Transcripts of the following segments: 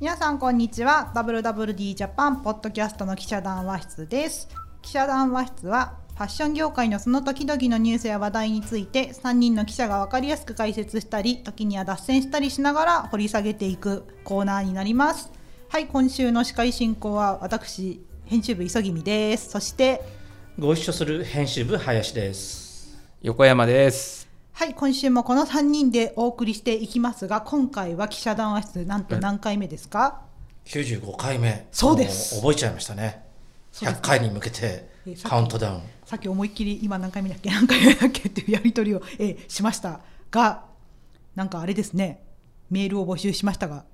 皆さんこんにちは WWD ジャパンポッドキャストの記者談話室です記者談話室はファッション業界のその時々のニュースや話題について3人の記者が分かりやすく解説したり時には脱線したりしながら掘り下げていくコーナーになりますはい今週の司会進行は私編集部急ぎみですそしてご一緒する編集部林です。横山です。はい今週もこの3人でお送りしていきますが今回は記者談話室なんと何回目ですか、 95回目。そうですも覚えちゃいましたね。そうです100回に向けてえさっきカウントダウン。さっき思いっきり今何回目だっけ何回目だっけっていうやり取りを、えーしましたがなんかあれですねメールを募集しましたが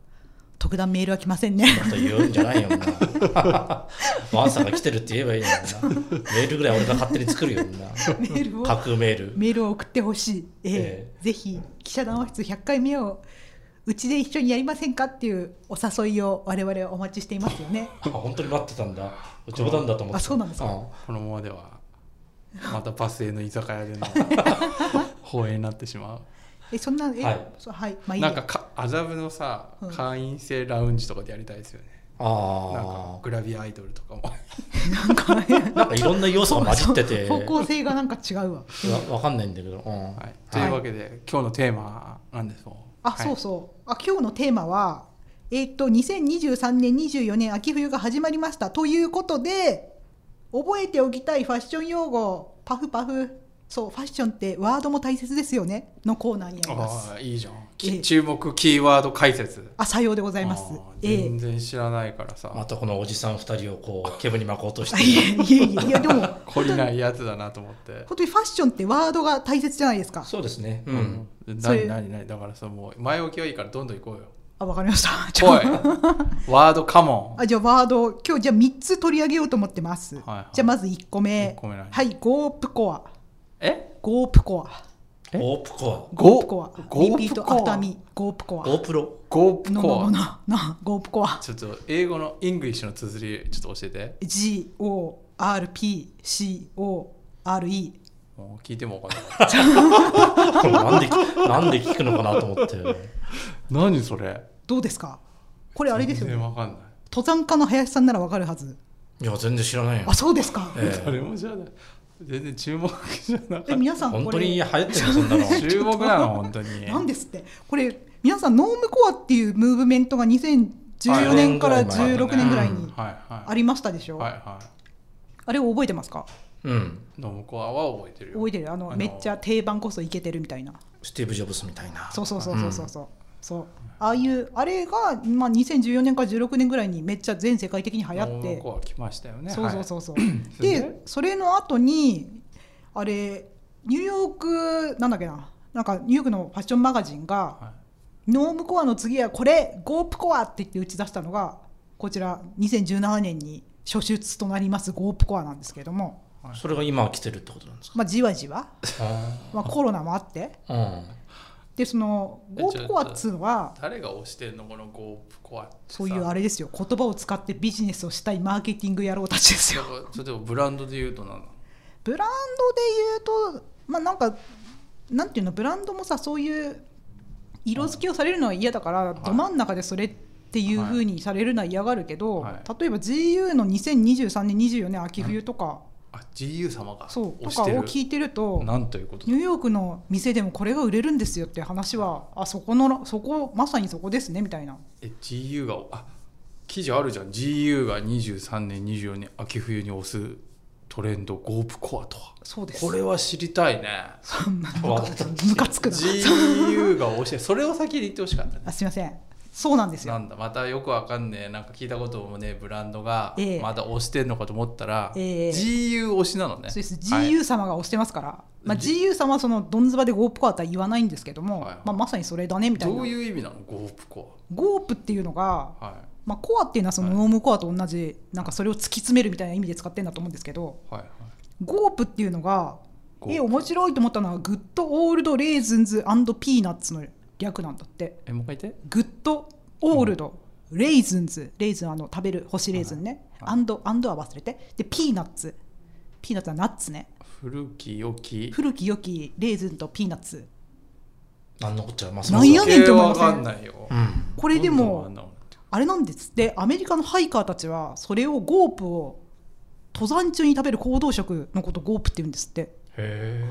特段メールは来ませんねまた言うんじ ゃないよな。ワンさんが来てるって言えばいいのにな。メールぐらい俺が勝手に作るよな。メールを架空メール。メールを送ってほしい、えーえぜひ記者談話室100回目をうちで一緒にやりませんかっていうお誘いを我々はお待ちしていますよねあ本当に待ってたんだ。冗談だと思ってた。あそうなんですかこのままではまたバスへの居酒屋 での放映になってしまえそんなえはいそうはいまあう。いいなやんかか麻布のさうん会員制ラウンジとかでやりたいですよね。なんかあグラビアアイドルとかも。 なんかねあ。なんかいろんな要素が混じってて。方向性がなんか違うわわわかんないんだけど。うんはい。というわけで、今日のテーマなんですよ。あ、はいそうそう。あ、今日のテーマは、えっ、と、2023年、24年、秋冬が始まりました。ということで、覚えておきたいファッション用語、パフパフ。そう、ファッションってワードも大切ですよね。のコーナーになります。ああいいじゃん。ええき注目キーワード解説。あ、さようでございますああ。ええ全然知らないからまさ。たこのおじさん2人をこ う、煙に巻こうとしあいて。えいえいえ、いや、でも、懲りないやつだなと思って。本当にファッションってワードが大切じゃないですか。そうですね。う。うんん。そうい何う何何だからさもう前置きはいいからどんどん行こうよ。あ、わかりました。じゃおい あ、ワードカモンあじゃあワード、今日じゃあ3つ取り上げようと思ってます。はいはいじゃあまず1個目。一個目何はい、ゴープコア。えゴープコア。えオープコゴープコア。ゴープコアリピートアフターミー。ゴープコア。ア。ゴープロ。ゴープのコののアななゴープコア。ちょっと英語のイングリッシュの綴りちょっと教えて G O R P C O R E。もう聞いても分かんなかったなんで、なんで聞くのかなと思って。 何それどうですか？これあれですよ、全ね。然分かんない登山家の林さんならわかるはず。いや、全然知らないよあ、。そうですか。ええ誰も知らない全然注目じゃなかえ、っ皆さんこれ本当に流行ってるの、そんなの。た 注目なの本当になんですって。これ皆さんノームコアっていうムーブメントが2014年から16年ぐらいうんにはいあはりましたでしいょは。いはあれを覚えてますか？うん。いノムコアは覚えてるよ覚えてる。あのめっちゃ定番こそいけてるみたいな。スティーブ・ジョブスみたいな。そうそうそうそうそうそう。そうああいうあれが、まあ、2014年から16年ぐらいにめっちゃ全世界的に流行っノムてコア来ましたよねそうそううそうそう、それでそれの後にあれニューヨークなんだっけななんかニューヨークのファッションマガジンが、はノームコアの次はこれゴープコアって言って打ち出したのがこちら2017年に初出となりますゴープコアなんですけれども、それが今来てるってことなんですまあ、じわじわ、か。まあ、コロナもあってうん。でそのゴープコアっつうのは誰が推してんのこのゴープコアってさそういうあれですよ言葉を使ってビジネスをしたいマーケティング野郎たちですよそれでもブランドで言うと何なの ブランドで言うとまあなんかなんていうのブランドもさそういう色付けをされるのは嫌だから、いど真ん中でそれっていう風にされるのは嫌がるけど、は例えば GU の2023年24年秋冬とか、あ GU 様がそうと推かしをてる聞いてるとなんということだニューヨークの店でもこれが売れるんですよっていう話はあそこのそこまさにそこですねみたいなえ GU があ記事あるじゃん GU が23年24年秋冬に推すトレンドゴープコアとはそうですこれは知りたいねそんなわかったムカつくな GU が推してそれを先に言ってほしかったねあすいませんそうなんですよなんだまたよくわかんねえなんか聞いたこともねえブランドがええまだ推してんのかと思ったら、ええ GU 推しなのねそうですはい GU 様が押してますから、まあ、じ GU 様はそのどんずばでゴープコアとは言わないんですけども、はいはいまあ、まさにそれだねみたいどなういう意味なのゴープコゴープっていうのが、アはいまあ、コアっていうのはそのはいノームコアと同じ、なんかそれを突き詰めるみたいな意味で使ってんだと思うんですけどはいはいゴープっていうのがゴープえ面白いと思ったのはグッドオールドレーズンズピーナッツの略なんだってえもう一回言ってグッドオールド、レーズンズレーズンあの食べる干しレーズンね、はいはいアンドアンドは忘れてでピーナッツピーナッツはナッツね古き良き古き良きレーズンとピーナッツなんのこっちゃ、まあ、なんやねんと思いませんわかんないよ、うん。これでもどんどんあんなのあれなんですでアメリカのハイカーたちはそれをゴープを登山中に食べる行動食のことゴープって言うんですってえ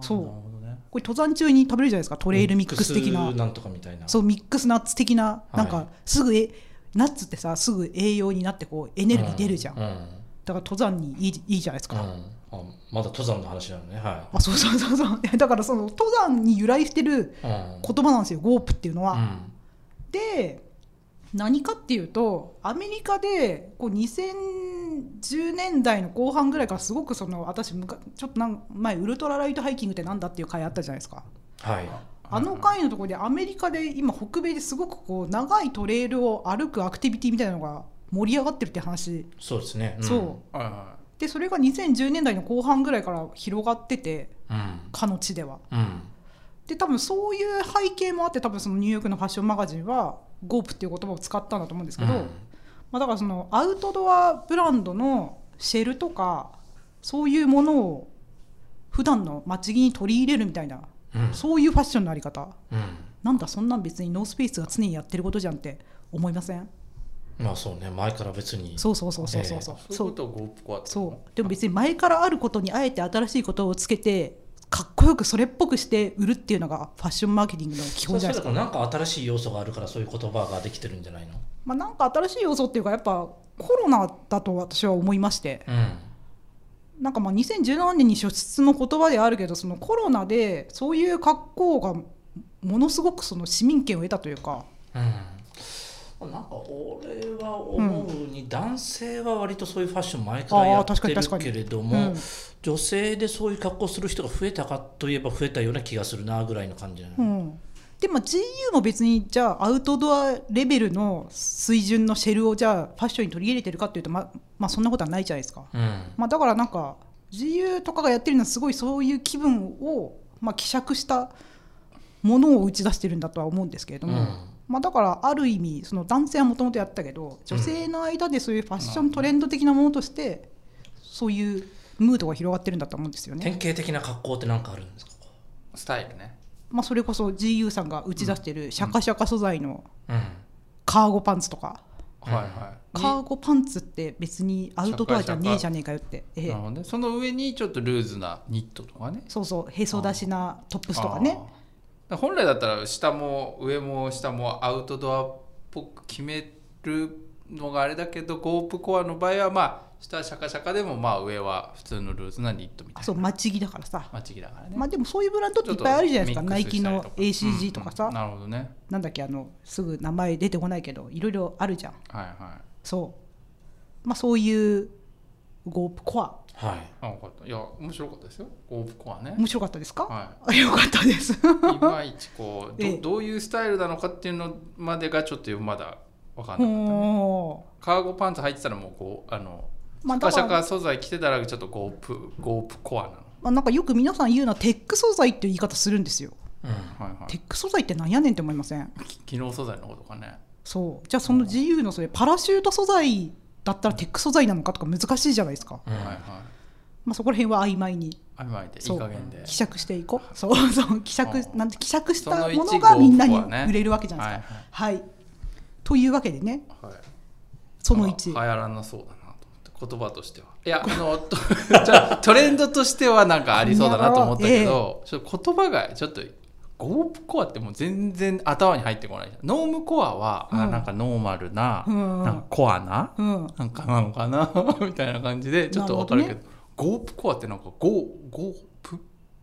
そうなるほどねこれ登山中に食べるじゃないですかトレイルミックス的ミッなクスなんとかみたいなそうミックスナッツ的なはいなんかすぐえナッツってさすぐ栄養になってこうエネルギー出るじゃん、うだかんら登山にいいいいじゃないですうか、んあまだ登山の話なのねはあそうそうそう そういやだからその登山に由来してるい、うん、言葉なんですよゴープっていうのは、うんで何かっていうとアメリカでこう2010年代の後半ぐらいからすごくその私むかちょっとなん前ウルトラライトハイキングってなんだっていう回あったじゃないですかはいあの回のところでアメリカで今北米ですごくこう長いトレイルを歩くアクティビティみたいなのが盛り上がってるって話、そうですね、んそはいはうでそれが2010年代の後半ぐらいから広がっててうんかの地ではうんで多分そういう背景もあって多分そのニューヨークのファッションマガジンはゴープっていう言葉を使ったんだと思うんですけど、うんまあ、だからそのアウトドアブランドのシェルとかそういうものを普段の街着に取り入れるみたいな、うんそういうファッションのあり方うんなんだそんなん別にノースペースが常にやってることじゃんって思いませんまあそうね前から別にそうそうそうそうそうそう、いそういうことをゴープコアってそうでも別に前からあることにあえて新しいことをつけてかっこよくそれっぽくして売るっていうのがファッションマーケティングの基そ本うじゃそなれいでだすかからなんか新しい要素があるからそういう言葉ができてるんじゃないのまあ、なんか新しい要素っていうかやっぱコロナだと私は思いましてうんなんかまあ2017年に初出の言葉であるけどそのコロナでそういう格好がものすごくその市民権を得たというかうんなんか俺は思うに男性は割とそういうファッション前からあーやって確かるにけれどうもん女性でそういう格好する人が増えたかといえば増えたような気がするなぐらいの感じなのうん、でまあ GU も別にじゃあアウトドアレベルの水準のシェルをじゃあファッションに取り入れてるかっていうとままあそんなことはないじゃないですか、うんまあ、だからなんか GU とかがやってるのはすごいそういう気分を、まあ、希釈したものを打ち出してるんだとは思うんですけれども、うんまあ、だからある意味その男性はもともとやってたけど女性の間でそういうファッショントレンド的なものとしてそういうムードが広がってるんだと思うんですよね。典型的な格好って何かあるんですかスタイルねまあ、それこそ GU さんが打ち出してるシャカシャカ素材のうんカーゴパンツとか、はいはいカーゴパンツって別にアウトドアじゃねえじゃねえかよって、えにえなるほどねその上にちょっとルーズなニットとかねそうそうへそ出しなトップスとかあーねだら本来だったら下も上も下もアウトドアっぽく決めるのがあれだけどゴープコアの場合はまあ下はシャカシャカでもまあ上は普通のルーズなニットみたいそうな待ち着だからさ、間違いだからねまあ、でもそういうブランドっていっぱいあるじゃないですかナイキの ACG とかさ、うんうんなるほどねなんだっけあのすぐ名前出てこないけどいろいろあるじゃんはいはいそうまあそういうゴープコアはいあよかったいや面白かったですよゴープコアね面白かったですか、はあよかったですい、いまいちこ うど,、ええどういうスタイルなのかっていうのまでがちょっとまだ分かんなかったねおカーゴパンツ履いてたらもうこうあのー まあシャだカシかャらカ素材着てたらちょっとゴープゴープコアなのまあ、なんかよく皆さん言うのはテック素材っていう言い方するんですようんはいはいテック素材ってなんやねんって思いませんき機能素材のことかねそうじゃあその GU のそれパラシュート素材だったらテック素材なのかとか難しいじゃないですか、うんはいはいまあ、そこら辺は曖昧に曖昧でいそうい加減で希釈していこうそうそう希釈うんなんて希釈しそたの一ものがみんなにゴープコアね売れるわけじゃないですかはい、というわけでねはいはいその1あ流行らなそうだなと思って言葉としてはいやあのと じゃあトレンドとしてはなんかありそうだなと思ったけど、ちょっと言葉がちょっとゴープコアってもう全然頭に入ってこないノームコアは、あうんなんかノーマルな,、うんうんなんかコアなうんなんかなのかな みたいな感じでちょっとわかるけどゴープコアってなんかゴーゴープ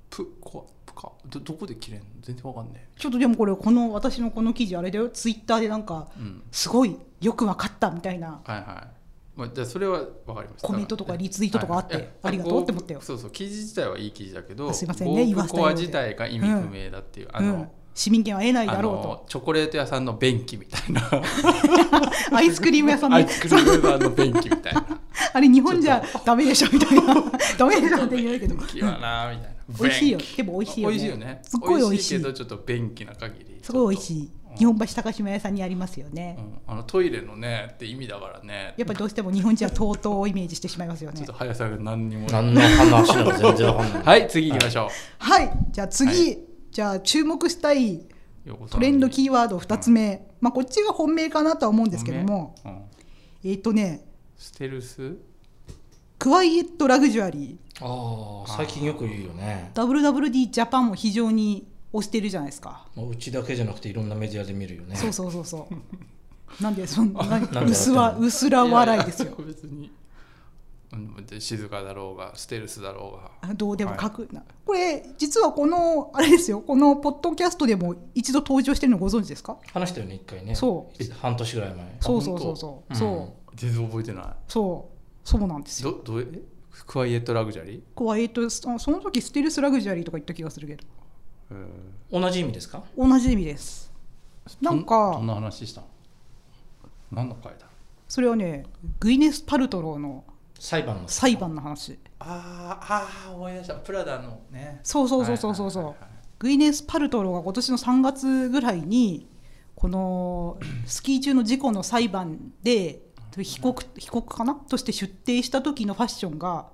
プコアプカどどこで切れんの全然わかんない、ちょっとでもこれこの私のこの記事あれだよツイッターでなんかうん、すごいよくわかったみたいなはいはい。まあ、じゃあそれは分かりました。コメントとかリツイートとかあってはいはいありがとうって思ったよそうそう、記事自体はいい記事だけど、あすいませんね言わせたよゴうープコアで自体が意味不明だっていう、あうんの、、市民権は得ないあだろのチョコレート屋さんの便器みたいな、うと アイスクリーム屋さんアねイスクリーム屋さんの便器みたいな。あれ日本じゃダメでしょみたいなダメでしょって言うけど便器はなみたいな。 美味しいよ便器でも美味しいよね美味しいよね。すっごい美味しいけど、ちょっと便器な限り。すごい美味しい。い日本橋高島屋さんにありますよね、うん、あのトイレのねって意味だからね。やっぱどうしても日本人は TOTO をイメージしてしまいますよちょねっと速さが何にも。何の話 なのか全然わかんないはい、次行きましょう。はいじゃあ次、はじゃあ注目したいようこそトレンドキーワード2つ目、まあ、こっちが本命かなとは思うんですけども、本命うんえっ、とねステルスクワイエット・ラグジュアリーああ最近よく言うよ ね WWD ジャパンも非常に推してるじゃないですかもううちだけじゃなくていろんなメディアで見るよねそうそうそうそう なんでそんななんで薄わ薄ら笑いですよやや別にうんで静かだろうがステルスだろうあどうでも書く、なこれ実はこのあれですよこのポッドキャストでも一度登場してるのご存知ですか話したよね一回ねそう半年ぐらい前そうそうそうそう、うんそうが全然覚えてなそうそうなんですいよどどうえクワイエットラグジュアリークワイエットあその時ステルス・ラグジュアリーとか言った気がするけどえー同じ意味ですか同じ意味ですなんかどどんな話したの何の回だそれはねグイネス・パルトローの裁判の裁判の話あーあー思い出したプラダのねそうそうそうそうそうそう、はいはいはいグイネス・パルトローが今年の3月ぐらいにこのスキー中の事故の裁判で被告被告かなとして出廷した時のファッションが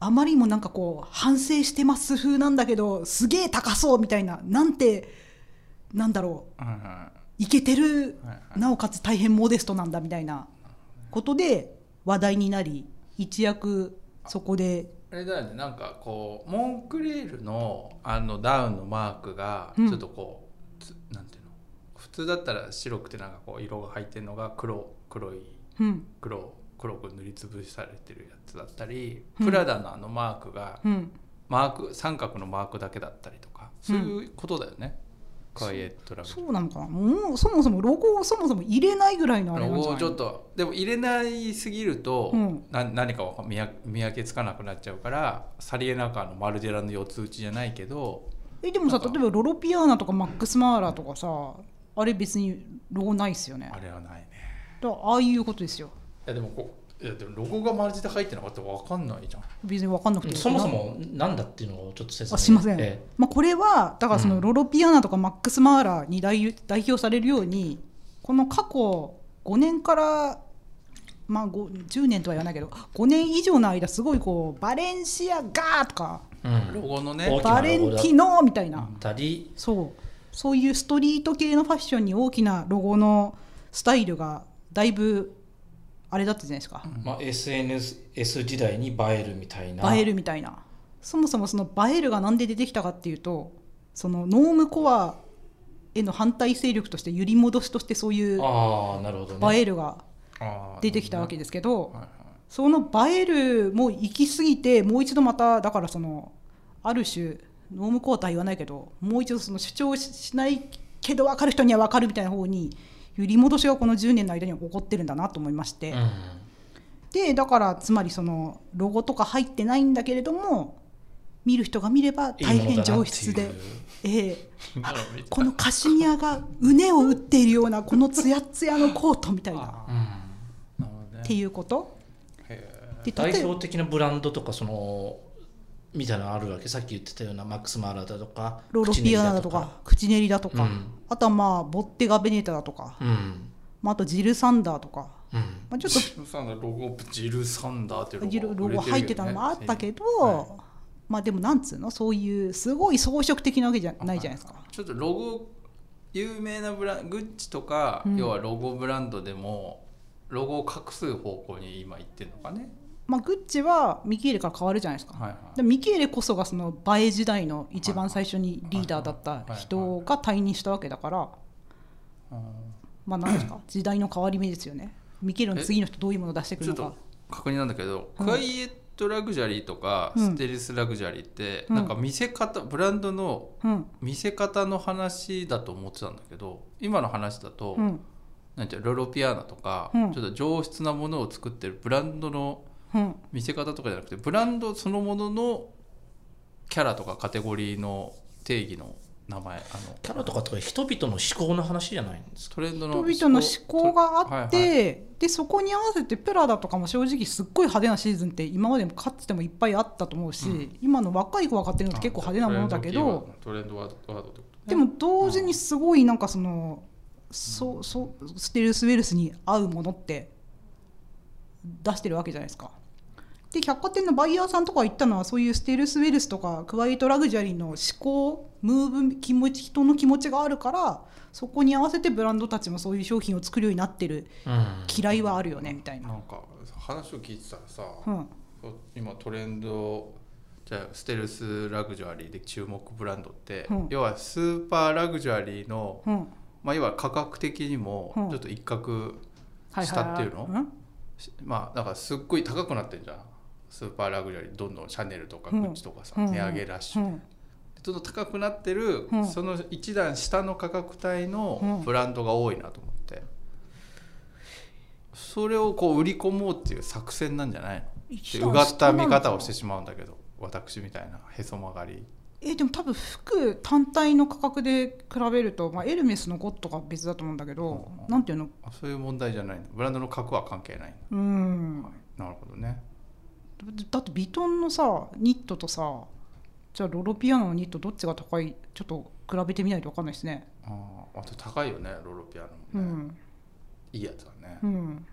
あまりにもなんかこう反省してます風なんだけどすげえ高そうみたいななんてなんだろうはいはいはいイケてるはいはいなおかつ大変モデストなんだみたいなことで話題になり一躍そこであれだよねなんかこうモンクレールのあのダウンのマークがうんちょっとこう、つなんていうの普通だったら白くてなんかこう色が入ってるのが黒黒いうん黒黒く塗りつぶされてるやつだったり、うんプラダのあのマークがうんマーク三角のマークだけだったりとかそういうことだよね、クワイエットラブそうなのかなもうそもそもロゴをそもそも入れないぐらいのあれロなんじゃゴをないちょっとでも入れないすぎると、うんな何かを見分け見分けつかなくなっちゃうからさりげなくあのマルジェラの四つ打ちじゃないけどえでもさなん例かえばロロピアーナとかマックス・マーラーとかさあれ別にロゴないっすよねあれはないねだからああいうことですよいやでもこういやでもロゴがマルジェラ入ってなかったら分かんないじゃん別に分かんなくていいそもそももなんだっていうのをちょっと説明あすいません、えまあ、これはだからそのうんロロピアーナとかマックス・マーラーに代代表されるようにこの過去5年から、まあ、5 10年とは言わないけど5年以上の間すごいこうバレンシアガーとかえロうん、ゴ大のねきなバレンティノーみたいなあったりそうそういうストリート系のファッションに大きなロゴのスタイルがだいぶあれだったじゃないですかまあ、SNS 時代に映えるみたいな映えるみたいなそもそもその映えるがなんで出てきたかっていうとそのノームコアへの反対勢力として揺り戻しとしてそういうああなるほど映ねえるが出てきたわけでですけどはいはいその映えるも行き過ぎてもう一度まただからそのある種ノームコアとは言わないけどもう一度その主張ししないけど分かる人には分かるみたいな方に揺り戻しがこの10年の間に起こってるんだなと思いまして。うでだからつまりそのロゴとか入ってないんだけれども見る人が見ればん、い大いもの変だな上ってい質うで、ええあこのカシミヤがうねを打っているようなこのツヤツヤのコートみたいなあうーんなるほどねっていうことへで例代えば表的なブランドとかそのみたいなのあるわけさっき言ってたようなマックス・マーラーだとかロロピアナだとか口ネリだとか、うんあとはまあボッテガ・ベネータだとか、口ネリだとかうんまあ、あとジル・サンダーとか、うんまあ、ちょっとジルサンダーロゴジルサンダーっていうジロルゴロゴ入ってたのもあったけど、はいまあでもなんつうのそういうすごい装飾的なわけじゃないじゃないですか。ちょっとロゴ有名なブラングッチとか、うん要はロゴブランドでもロゴを隠す方向に今行ってるのかね、まあ、グッチはミケーレから変わるじゃないですか、はいはいでミケーレこそがそのバエ時代の一番最初にリーダーだった人が退任したわけだから、まあ、何ですか時代の変わり目ですよねミケーレの次の人どういうものを出してくちるょっのかと確認なんだけど、うんクワイエットラグジュアリーとか、うんステルスラグジュアリーって、うんなんか見せ方ブランドのうん見せ方の話だと思ってたんだけど今の話だと、うんなんていうのロロピアーナとか、うんちょっと上質なものを作ってるブランドのうん見せ方とかじゃなくてブランドそのもののキャラとかカテゴリーの定義の名前あのキャラとかとか人々の思考の話じゃないんですかトレンドの人々の思考があって、はいはいでそこに合わせてプラダとかも正直すっごい派手なシーズンって今までもかつてもいっぱいあったと思うし、うん今の若い子が買ってるのって結構派手なものだけど。トレンドワードワードってことでも同時にすごいなんかその、そうそうステルスウェルスに合うものって出してるわけじゃないですかで百貨店のバイヤーさんとか行ったのはそういうステルスウェルスとかクワイエットラグジュアリーの思考ムーブ気持ち人の気持ちがあるからそこに合わせてブランドたちもそういう商品を作るようになってるうん嫌いはあるよねみたいな。なんか話を聞いてたらさ、うん、今トレンドじゃあステルスラグジュアリーで注目ブランドって、うん要はスーパーラグジュアリーの、うん、はいまあ、要は価格的にうもんちょっと一角、はい下っていうのんしまあだからすっごい高くなってんじゃんスーパーラグジュアリーどんどんシャネルとかグうんッチとかさ、うん値上げラッシうュ、んちょっと高くなってる、うんその一段下の価格帯うのんブランドが多いなと思って、それをこう売り込もうっていう作戦なんじゃないのってうがった見方をしてしまうんだけど私みたいなへそ曲がりえでも多分服単体の価格で比べると、まあ、エルメスのゴッドが別だと思うんだけど、うんなんていうのあそういう問題じゃないのブランドの格は関係ないうんのなるほどねだだってビトンのさニットとさじゃあロロピアノのニットどっちが高いちょっと比べてみないと分かんないですねあーあと高いよねロロピアノもね、うんいいやつだねう、ん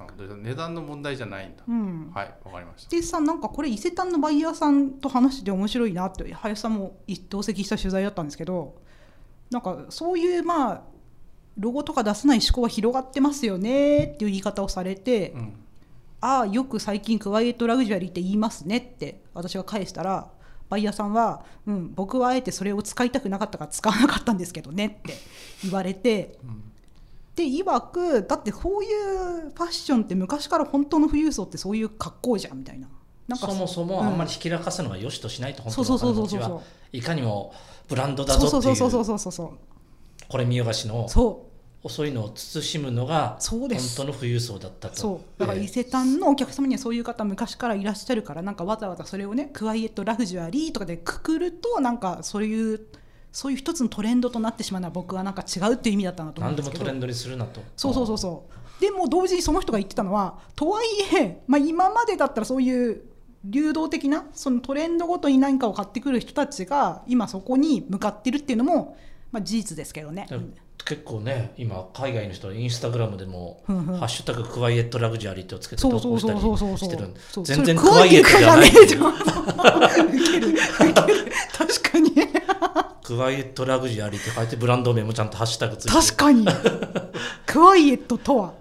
なるほど値段の問題じゃないんだ、うんはいわかりましたでさなんかこれ伊勢丹のバイヤーさんと話してて面白いなって林さんもい同席した取材だったんですけどなんかそういうまあロゴとか出さない思考は広がってますよねっていう言い方をされて、うんああよく最近クワイエットラグジュアリーって言いますねって私が返したらバイヤーさんは、うん、僕はあえてそれを使いたくなかったから使わなかったんですけどねって言われてうんで曰くだってこういうファッションって昔から本当の富裕層ってそういう格好じゃんみたいななんかそもそもあんまりひきらかすのは良しとしないと本そう当そのうおそ金うそうそ持ちうはかにもブランドだそうぞそうってそいうそうそううそうそうそうこれ見よがしのそそういうのを慎むのがそう本です当の富裕層だったうとそうだから伊勢丹のお客様にはそういう方昔からいらっしゃるからなんかわざわざそれをねクワイエットラグジュアリーとかでくくるとなんかそういうそういう一つのトレンドとなってしまうのは僕はなんか違うっていう意味だったなと思う何んでですもけトどレンドにするなとそうそうそうそうでも同時にその人が言ってたのはとはいえ、まあ、今までだったらそういう流動的なそのトレンドごとに何かを買ってくる人たちが今そこに向かってるっていうのも、まあ、事実ですけどね。で結構ね今海外の人はインスタグラムでも「うんうんハッシュタグクワイエットラグジュアリー」ってをつけてそ投うそ稿うしたそうそうそうりそしてるんでう。全然そクれワイエットじゃなクワイいエットじゃないウケるウケる確かにクワイエットラグジュアリーって書いてブランド名もちゃんとハッシュタグついて確かにクワイエットとは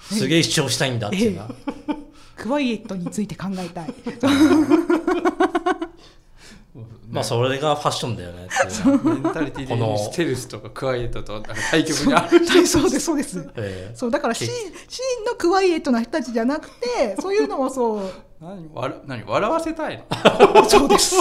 すげえ主張したいんだっ ていうなクワイエットについて考えたい。まあそれがファッションだよねって いうなメンタリティこのでステルスとかクワイエットとなんか対局に あるそうですそうです。ええそうだからシーンシーンのクワイエットな人たちじゃなくてそういうのもそう何わら何笑わせたいのそうです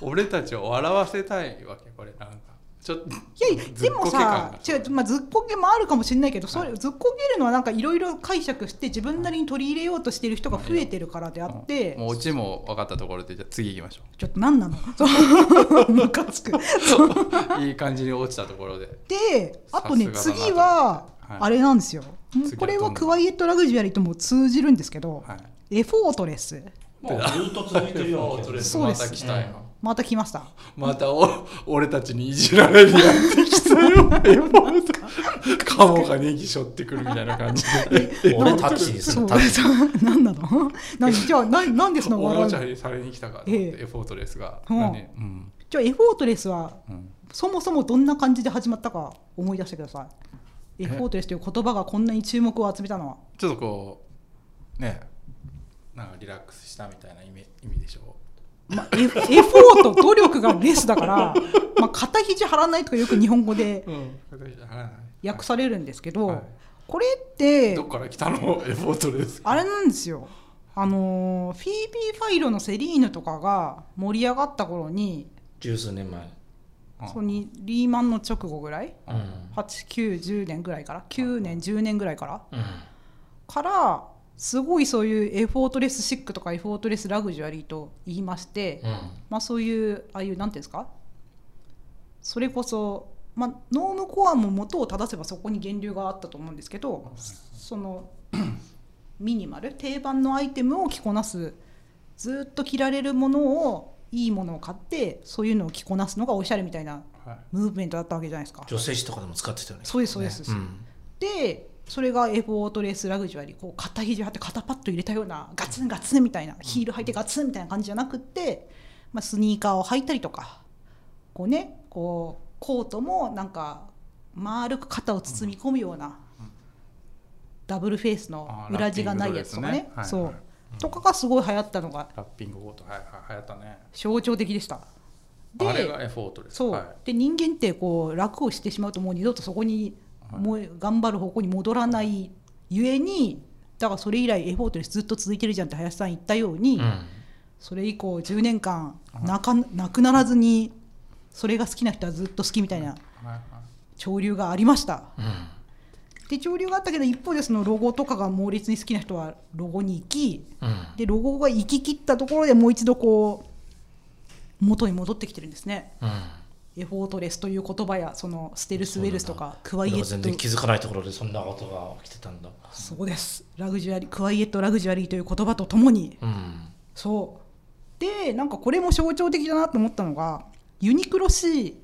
俺たちを笑わせたいわけこれなんかちょっといやでもさ違ずっこけ感がう、まあ、ずっこけもあるかもしれないけどそれはずっこけるのはなんかいろいろ解釈して自分なりに取り入れようとしてる人が増えてるからであってもうオチも分かったところでじゃあ次行きましょちょっと何なのそう ムカつく ういい感じに落ちたところでであとねさすがだな次ははいあれなんですよ、もう次はこれどはんなクワイエットラグジュアリーとも通じるんですけど、はいエフォートレスもうずっと続いてるような気がすそうまでたす来たよ、また来ましたまたお俺たちにいじられるやってきたよ カモがネギ背負ってくるみたいな感じでる俺タッチにすそるうタッ チ何なの何じゃあ 何何でそのお笑もうちゃのにされに来たかと思って、ええエフォートレスが、うん何うんじゃあエフォートレスはうんそもそもどんな感じで始まったか思い出してください。エえフォートレスという言葉がこんなに注目を集めたのは。ちょっとこうねなんかリラックスしたみたいな意味意味でしょまあ、エフエフォート努力がレスだから、まあ、肩肘張らないとかよく日本語でうんはい訳されるんですけはいどこれってどっから来たのエフォートレスあれなんですよあのーフィービー・ファイロのセリーヌとかが盛り上がった頃に十数年前そうにリーマンの直後ぐらいうん8910年ぐらいから9年10年ぐらいからうんからすごいそういうエフォートレスシックとかエフォートレスラグジュアリーと言いまして、うんまあそういうああいうなんていうんですかそれこそ、まあ、ノームコアも元を正せばそこに源流があったと思うんですけどその ミニマル定番のアイテムを着こなすずっと着られるものをいいものを買ってそういうのを着こなすのがおしゃれみたいなはいムーブメントだったわけじゃないですか。女性誌とかでも使ってたよねそうですそうです、うんでそれがエフォートレスラグジュアリーこう肩肘張って肩パッと入れたようなガツンガツンみたいなヒール履いてガツンみたいな感じじゃなくって、まあ、スニーカーを履いたりとかこうねこうコートもなんか丸く肩を包み込むようなダブルフェイスのあー裏地がないやつとかねラッピングドレスそねう、はいはいとかがすごい流行ったのがラッピングコートはいはい流行ったね象徴的でした。であれがエフォートですそう、はいで人間ってこう楽をしてしまうともう二度とそこにはいもう頑張る方向に戻らないゆえにだからそれ以来エフォートレスずっと続いてるじゃんって林さん言ったように、うんそれ以降10年間なかなくならずにそれが好きな人はずっと好きみたいなはいはい潮流がありましたうんで潮流があったけど一方でそのロゴとかが猛烈に好きな人はロゴに行きうんでロゴが行き切ったところでもう一度こう元に戻ってきてるんですねうんエフォートレスという言葉やそのステルスウェルスとかクワイエ俺はッ全然気トづかないところでそんなことが起きてたんだそうですラグジュアリークワイエットラグジュアリーという言葉とともにうんそうでなんかこれも象徴的だなと思ったのがユニクロ C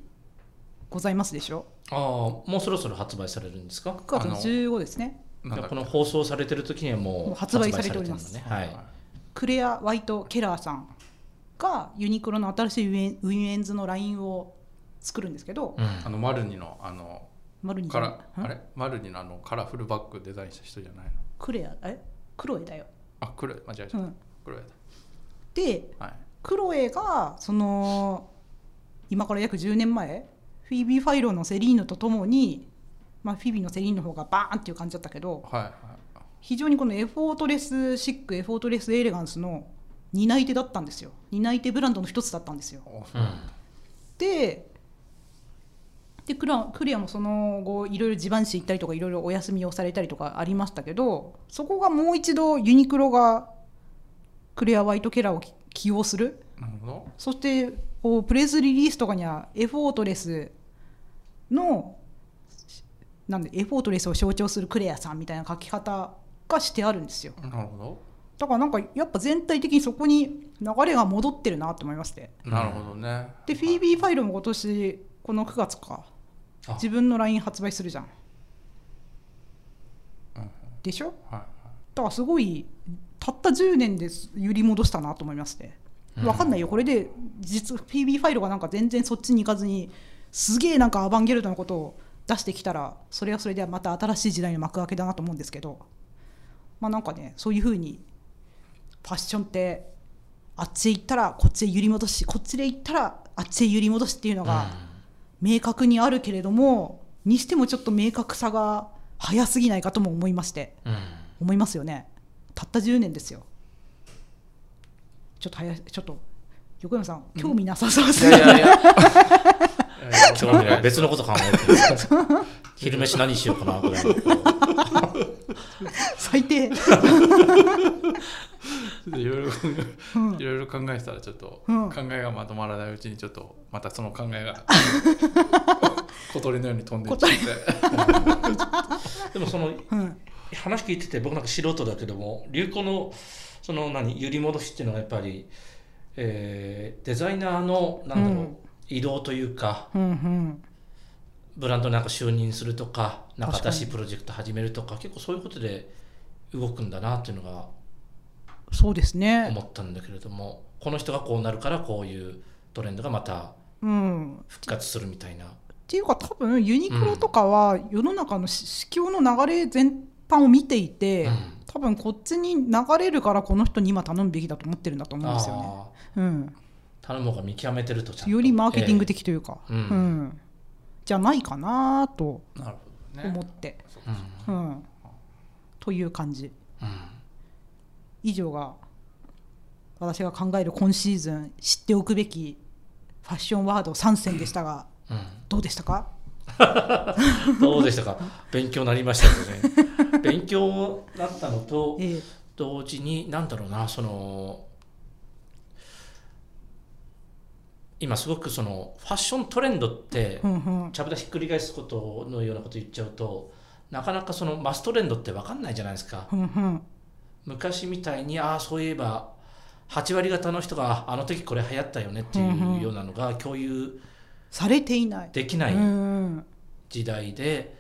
ございますでしょああもうそろそろ発売されるんですか9月のあの15ですねなんだっけこの放送されてる時にはももうう発売されております発売されてるんだねクレア・ワイト・ケラーさんがユニクロの新しいウェンウィメンズのラインを作るんですけど、はい、うんあのマルニのあのマルニじかゃらないんあれマルニのあのカラフルバッグデザインした人じゃないのクレアえクロエだよ、あ黒い間違えちうゃったん、黒いやでつはいクロエがその今から約10年前フィービー・ファイローのセリーヌとともに、まあ、フィービーのセリーヌの方がバーンっていう感じだったけどはいはい非常にこのエフォートレスシックエフォートレスエレガンスの担い手だったんですよ担い手ブランドの一つだったんですよおそううんででクラクレアもその後いろいろ地盤師行ったりとかいろいろお休みをされたりとかありましたけどそこがもう一度ユニクロがクレア・ワイト・ケラーを起用するなるほどそしてこうプレスリリースとかにはエフォートレスのなんでエフォートレスを象徴するクレアさんみたいな書き方がしてあるんですよなるほだからなんかやっぱ全体的にそこに流れが戻ってるなと思いましてどなるほどねでフィービー・ファイルも今年この9月かあ自分の LINE 発売するじゃんうんでしょはいはいだからすごいたった10年で揺り戻したなと思いましてうんわかんないよこれで実 PB ファイルがなんか全然そっちに行かずにすげえなんかアバンギャルドのことを出してきたらそれはそれでまた新しい時代の幕開けだなと思うんですけどまあなんかねそういうふうにファッションってあっちへ行ったらこっちへ揺り戻しこっちで行ったらあっちへ揺り戻しっていうのが明確にあるけれどもにしてもちょっと明確さが早すぎないかとも思いまして。うん思いますよねたった10年ですよちょっと早いちょっと横山さん興味なさそうですいやいね、やいや興味ない別のこと考えてる昼飯何しようかなぐらいの最低ちょっといろいろうんいろいろ考えてたらちょっとうん考えがまとまらないうちにちょっとまたその考 えが小鳥のように飛んでいっちゃってでもそのうん話聞いてて僕なんか素人だけども流行のその何揺り戻しっていうのがやっぱり、えーデザイナーのなんだろう、うん移動というかうんうんブランドなんか就任するとかなんか確かに新しいプロジェクト始めるとか結構そういうことで動くんだなっていうのがそうですね思ったんだけれどもこの人がこうなるからこういうトレンドがまたうんっ復活するみたいな。ていうか多分ユニクロとかは世の中の市況の流れ全般を見ていて、うん多分こっちに流れるからこの人に今頼むべきだと思ってるんだと思うんですよね、あうん、ー頼む方が見極めてるとちゃんとよりマーケティング的、的というか、ええうんうん、じゃないかなとなるほどね思って、そうえかそうかうん、という感じうん以上が私が考える今シーズン知っておくべきファッションワード3選でしたがうんどうでしたかうんどうでしたか勉強になりましたよね勉強だったのとええ同時になんだろうなその今すごくそのファッショントレンドってうんうんちゃぶ台ひっくり返すことのようなこと言っちゃうとなかなかそのマストレンドって分かんないじゃないですかうんうん昔みたいにああそういえば8割方の人があの時これ流行ったよねってうんういんうようなのが共有されていないできないうん時代で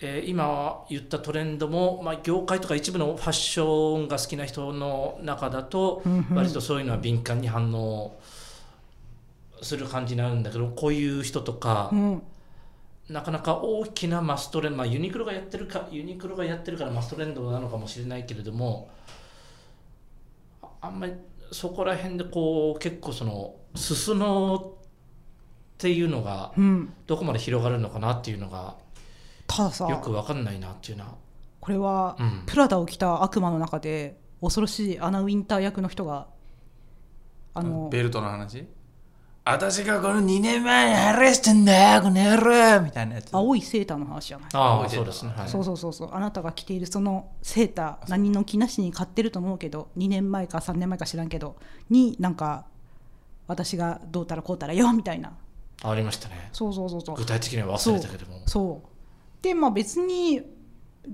えー今言ったトレンドも、まあ、業界とか一部のファッションが好きな人の中だとうんうん割とそういうのは敏感に反応する感じになるんだけどこういう人とかうんなかなか大きなマストレンド、まあ、ユニクロがやってるかユニクロがやってるからマストレンドなのかもしれないけれどもああんまりそこら辺でこう結構そのすすのっていうのがうん、どこまで広がるのかなっていうのがたださよく分かんないなっていうな。これは、うんプラダを着た悪魔の中で恐ろしいアナ・ウィンター役の人があのベルトの話私がこの2年前に話してんだよこの野郎みたいなやつ青いセーターの話じゃないあ覚あえてそるうですね、はい、そうそうそうそうあなたが着ているそのセーター何の気なしに買ってると思うけど2年前か3年前か知らんけどになんか私がどうたらこうたらよみたいなありましたねそうそうそうそう具体的には忘れたけどもそうでまあ別に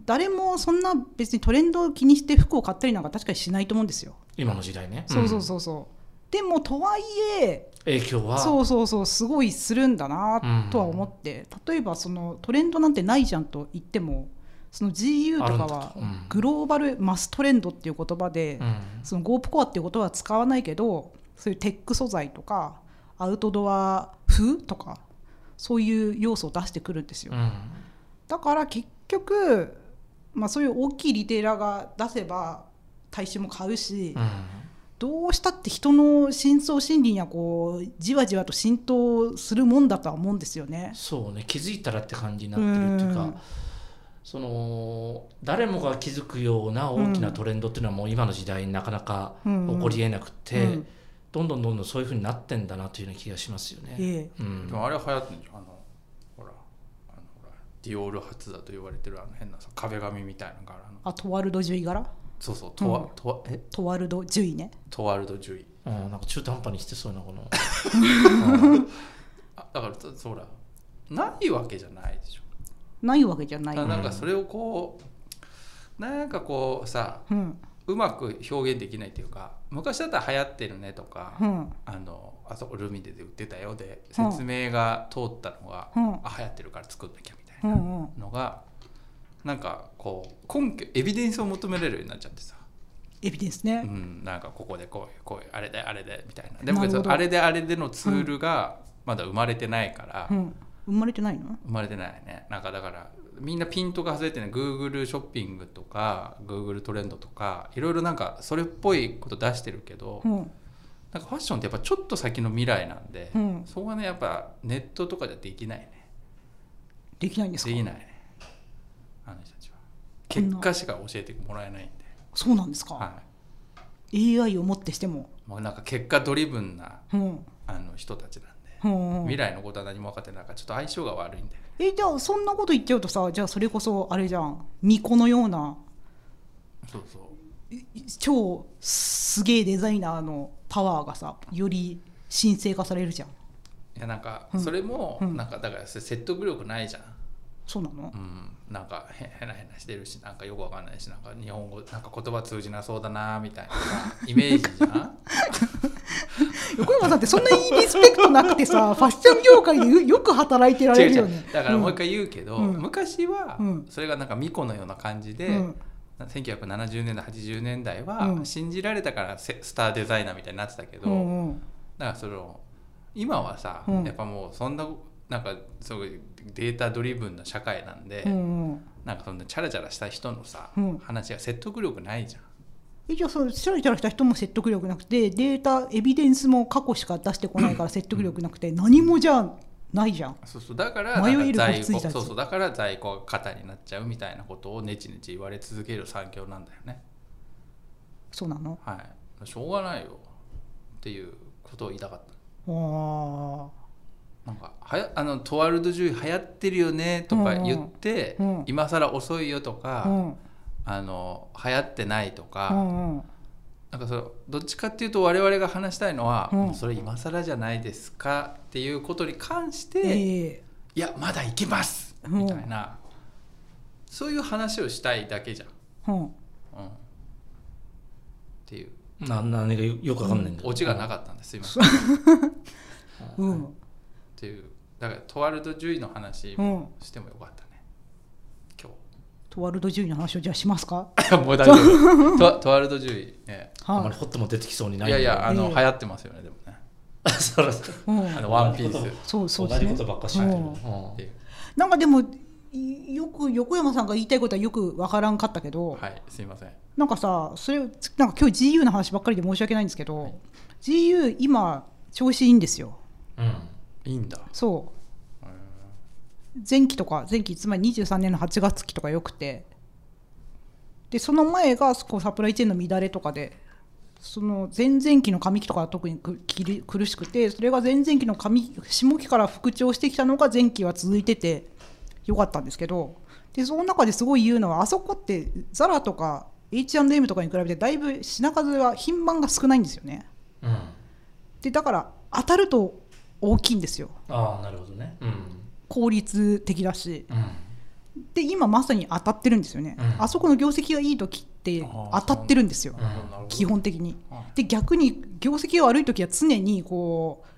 誰もそんな別にトレンドを気にして服を買ったりなんか確かにしないと思うんですよ、今の時代ねそうそううんそうそうでもとはいえ影響はそうそうそうすごいするんだなとは思って、例えばそのトレンドなんてないじゃんと言ってもその GU とかはあるんだとうんグローバルマストレンドっていう言葉で、うんそのゴープコアっていう言葉は使わないけどそういうテック素材とかアウトドア風とかそういう要素を出してくるんですよ、うんだから結局、まあ、そういう大きいリテーラーが出せば大衆も買うし、うんどうしたって人の深層心理にはこうじわじわと浸透するもんだとは思うんですよね。そうね気づいたらって感じになってるっていうか、うんその誰もが気づくような大きなトレンドっていうのはもう今の時代になかなかう起んこりえなくて、うんどんどんどんどんそういうふうになってんだなというような気がしますよね。ええうんでもあれは流行ってんじゃんあのほらあのほらディオール初だと言われてるあの変なさ壁紙みたいなのがあるあのあトワルド獣医柄そうそうトワ、うんトワえトワルド獣医ね。トワールド獣医うんなんか中途半端にしてそうなこ のあだからそそうほらないわけじゃないでしょないわけじゃない。ただうなんかそれをこうなんかこうさんうまく表現できないっていうか昔だったら流行ってるねとか、うんあのあそこルミネで売ってたよで説明が通ったのが、うんあ流行ってるから作んなきゃみたいうんうなんのが、なんかこう根拠エビデンスを求められるようになっちゃってさ、エビデンスうね。ん、なんかここでこういうこういうあれであれでみたいなでもなるほどそのあれであれでのツールがまだ生まれてないから、うん生まれてないの？生まれてないねなんかだからみんなピントが外れてね Google ショッピングとか Google トレンドとかいろいろなんかそれっぽいこと出してるけど、うんなんかファッションってやっぱちょっと先の未来なんで、うんそこはねやっぱネットとかじゃできないねできないんですかで？きないねあの人たちは結果しか教えてもらえないんで、そうなんですかは。 AI をもってしても。い、もうなんか結果ドリブンなうんあの人たちなんで、うんうん未来のことは何も分かってないからちょっと相性が悪いんだよねえじゃあそんなこと言っちゃうとさじゃあそれこそあれじゃん巫女のようなそうそう超すげえデザイナーのパワーがさより神聖化されるじゃんいやなんかうんそれもうんなんかだから説得力ないじゃん、そうなのうん、なんかへへなへなしてるしなんかよくわかんないしなんか日本語なんか言葉通じなそうだなみたいな さイメージじゃん横山さんってそんなにリスペクトなくて さファッション業界でよよく働いてら違れうる違よねうだからもう一ん回言うけど、うん昔はうんそれがなんか巫女のような感じで、うん1970年代80年代うはん信じられたからせスターデザイナーみたいになってたけど、うんうんだからその今はさ、うんやっぱもうそんななんかすごいデータドリブンな社会なんで、うんうんなんかそんなチャラチャラした人のさ、うん話が説得力ないじゃん。えじゃあそのチャラチャラした人も説得力なくてデータエビデンスも過去しか出してこないから説得力なくて何もじゃないじゃんそうそうだから迷いなんか入れ在子羊庫たちそうそうだから在庫が肩になっちゃうみたいなことをねちねち言われ続ける産業なんだよね。そうなのはい、しょうがないよっていうことを言いたかったあなんかはやあのトワルド獣医流行ってるよねとか言って、うんうんうん今更遅いよとあうか、んあの流行ってないとか、うんうんなんかそのどっちかっていうと我々が話したいのは、うんそれ今更じゃないですかっていうことに関して、えいやまだいけますうんみたいな、そういう話をしたいだけじゃーん、うんうん、っていうな何がよよくわかんないんだけどオチがなかったんですすいません。っうんていうだからトワルド獣医の話うんしてもよかったね。トワルド獣医の話をじゃあしますか もう大丈夫トワトワルド獣医、ね、あんまはりホットも出てきそうにいないやいやあえの、え流行ってますよねでもねあそうですい、うんあのワンピースそうそうで同すじねことばっかしってる、うんうんえなんかでもいよく横山さんが言いたいことはよくわからんかったけど、えはいすいませんなんかさそれつなんか今日 GU の話ばっかりで申し訳ないんですけど、GU 今調子いいんですようんいいんだそう前期とか前期つまり23年の8月期とか良くてでその前がこうサプライチェーンの乱れとかでその前々期の上期とかは特にくきり苦しくてそれが前々期の上下期から復調してきたのが前期は続いてて良かったんですけどでその中ですごい言うのはあそこってザラとか H&M とかに比べてだいぶ品数が品番が少ないんですよねうんでだから当たると大きいんですよああなるほどねうん効率的だしうんで今まさに当たってるんですよね、うんあそこの業績がいい時ってあ当ーたってるんですようん基本的にはで逆に業績が悪い時は常にこう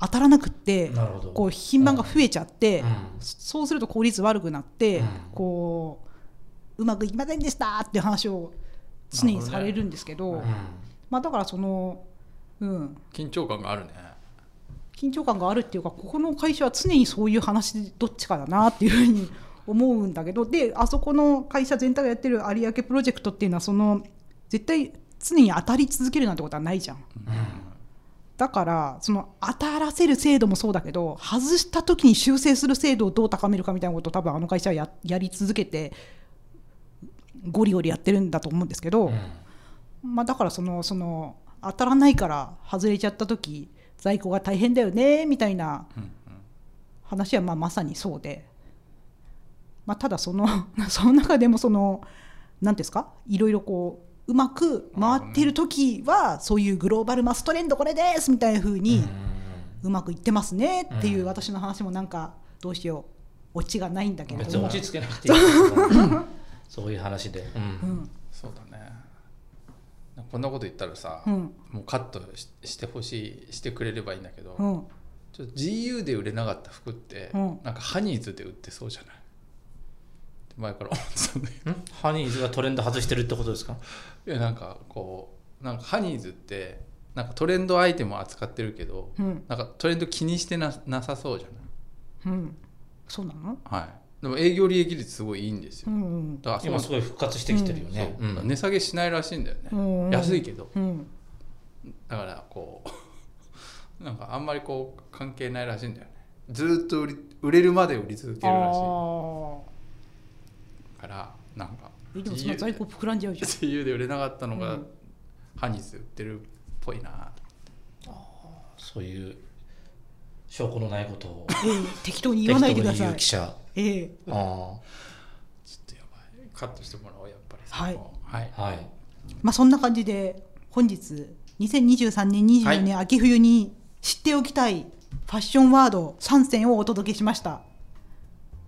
当たらなくってなるほどこう品番が増えちゃって、うんそうすると効率悪くなって、うんこううまくいきませんでしたっていう話を常にされるんですけどうんまあ、だからその、うん、緊張感があるね緊張感があるっていうかここの会社は常にそういう話どっちかだなっていうふうに思うんだけどであそこの会社全体がやってる有明プロジェクトっていうのはその絶対常に当たり続けるなんてことはないじゃん。だからその当たらせる制度もそうだけど外した時に修正する制度をどう高めるかみたいなことを多分あの会社はややり続けてゴリゴリやってるんだと思うんですけど。うんまあ、だからそのその当たらないから外れちゃった時在庫が大変だよねみたいなうんうん話はまあまさにそうで、まあ、ただその その中でもその何ですかいろいろこううまく回っている時はそういうグローバルマストレンドこれですみたいな風うんにうまくいってますねっていううん私の話もなんかどうしようオチがないんだけれ別どにも落。ち着けなくていいからそういう話でううんんそうだねこんなこと言ったらさ、うんもうカットししてほしいしてくれればいいんだけど、うん、ちょっと GU で売れなかった服って、うんなんかハニーズで売ってそうじゃないって前から思ってたんだけんハニーズがトレンド外してるってことですかどいやなんかこうなんかハニーズってなんかトレンドアイテムを扱ってるけど、うんなんかトレンド気にしてななさそうじゃうん、そうなの、ない、はい、でも営業利益率すごいいいんですうよ、んだからそ今のすごい復活してきてるよねそううん値下げしないらしいんだよね、うん、安いけどうん、だからこう なんかあんまりこう関係ないらしいんだよねずーっと売り売れるまで売り続けるらしいあからなんかーえでもその在庫膨らんじゃうじ ゃん CU で売れなかったのが、うんハニーズ売ってるっぽいなそういう証拠のないことをええ適当に言わないでください適当に言う記者ええあちょっとやばいカットしてもらおうやっぱりはいそこはいあはいまあそんな感じで本日2023年24年秋冬に知っておきたいファッションワード3選をお届けしました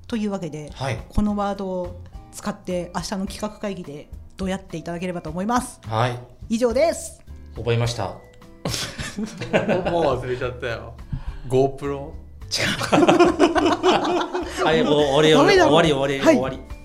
というわけではいこのワードを使って明日の企画会議でどうやっていただければと思いますはい以上です覚えましたもう忘れちゃったよ GoPro はいもう終わり終わり終わり終わり終わりはい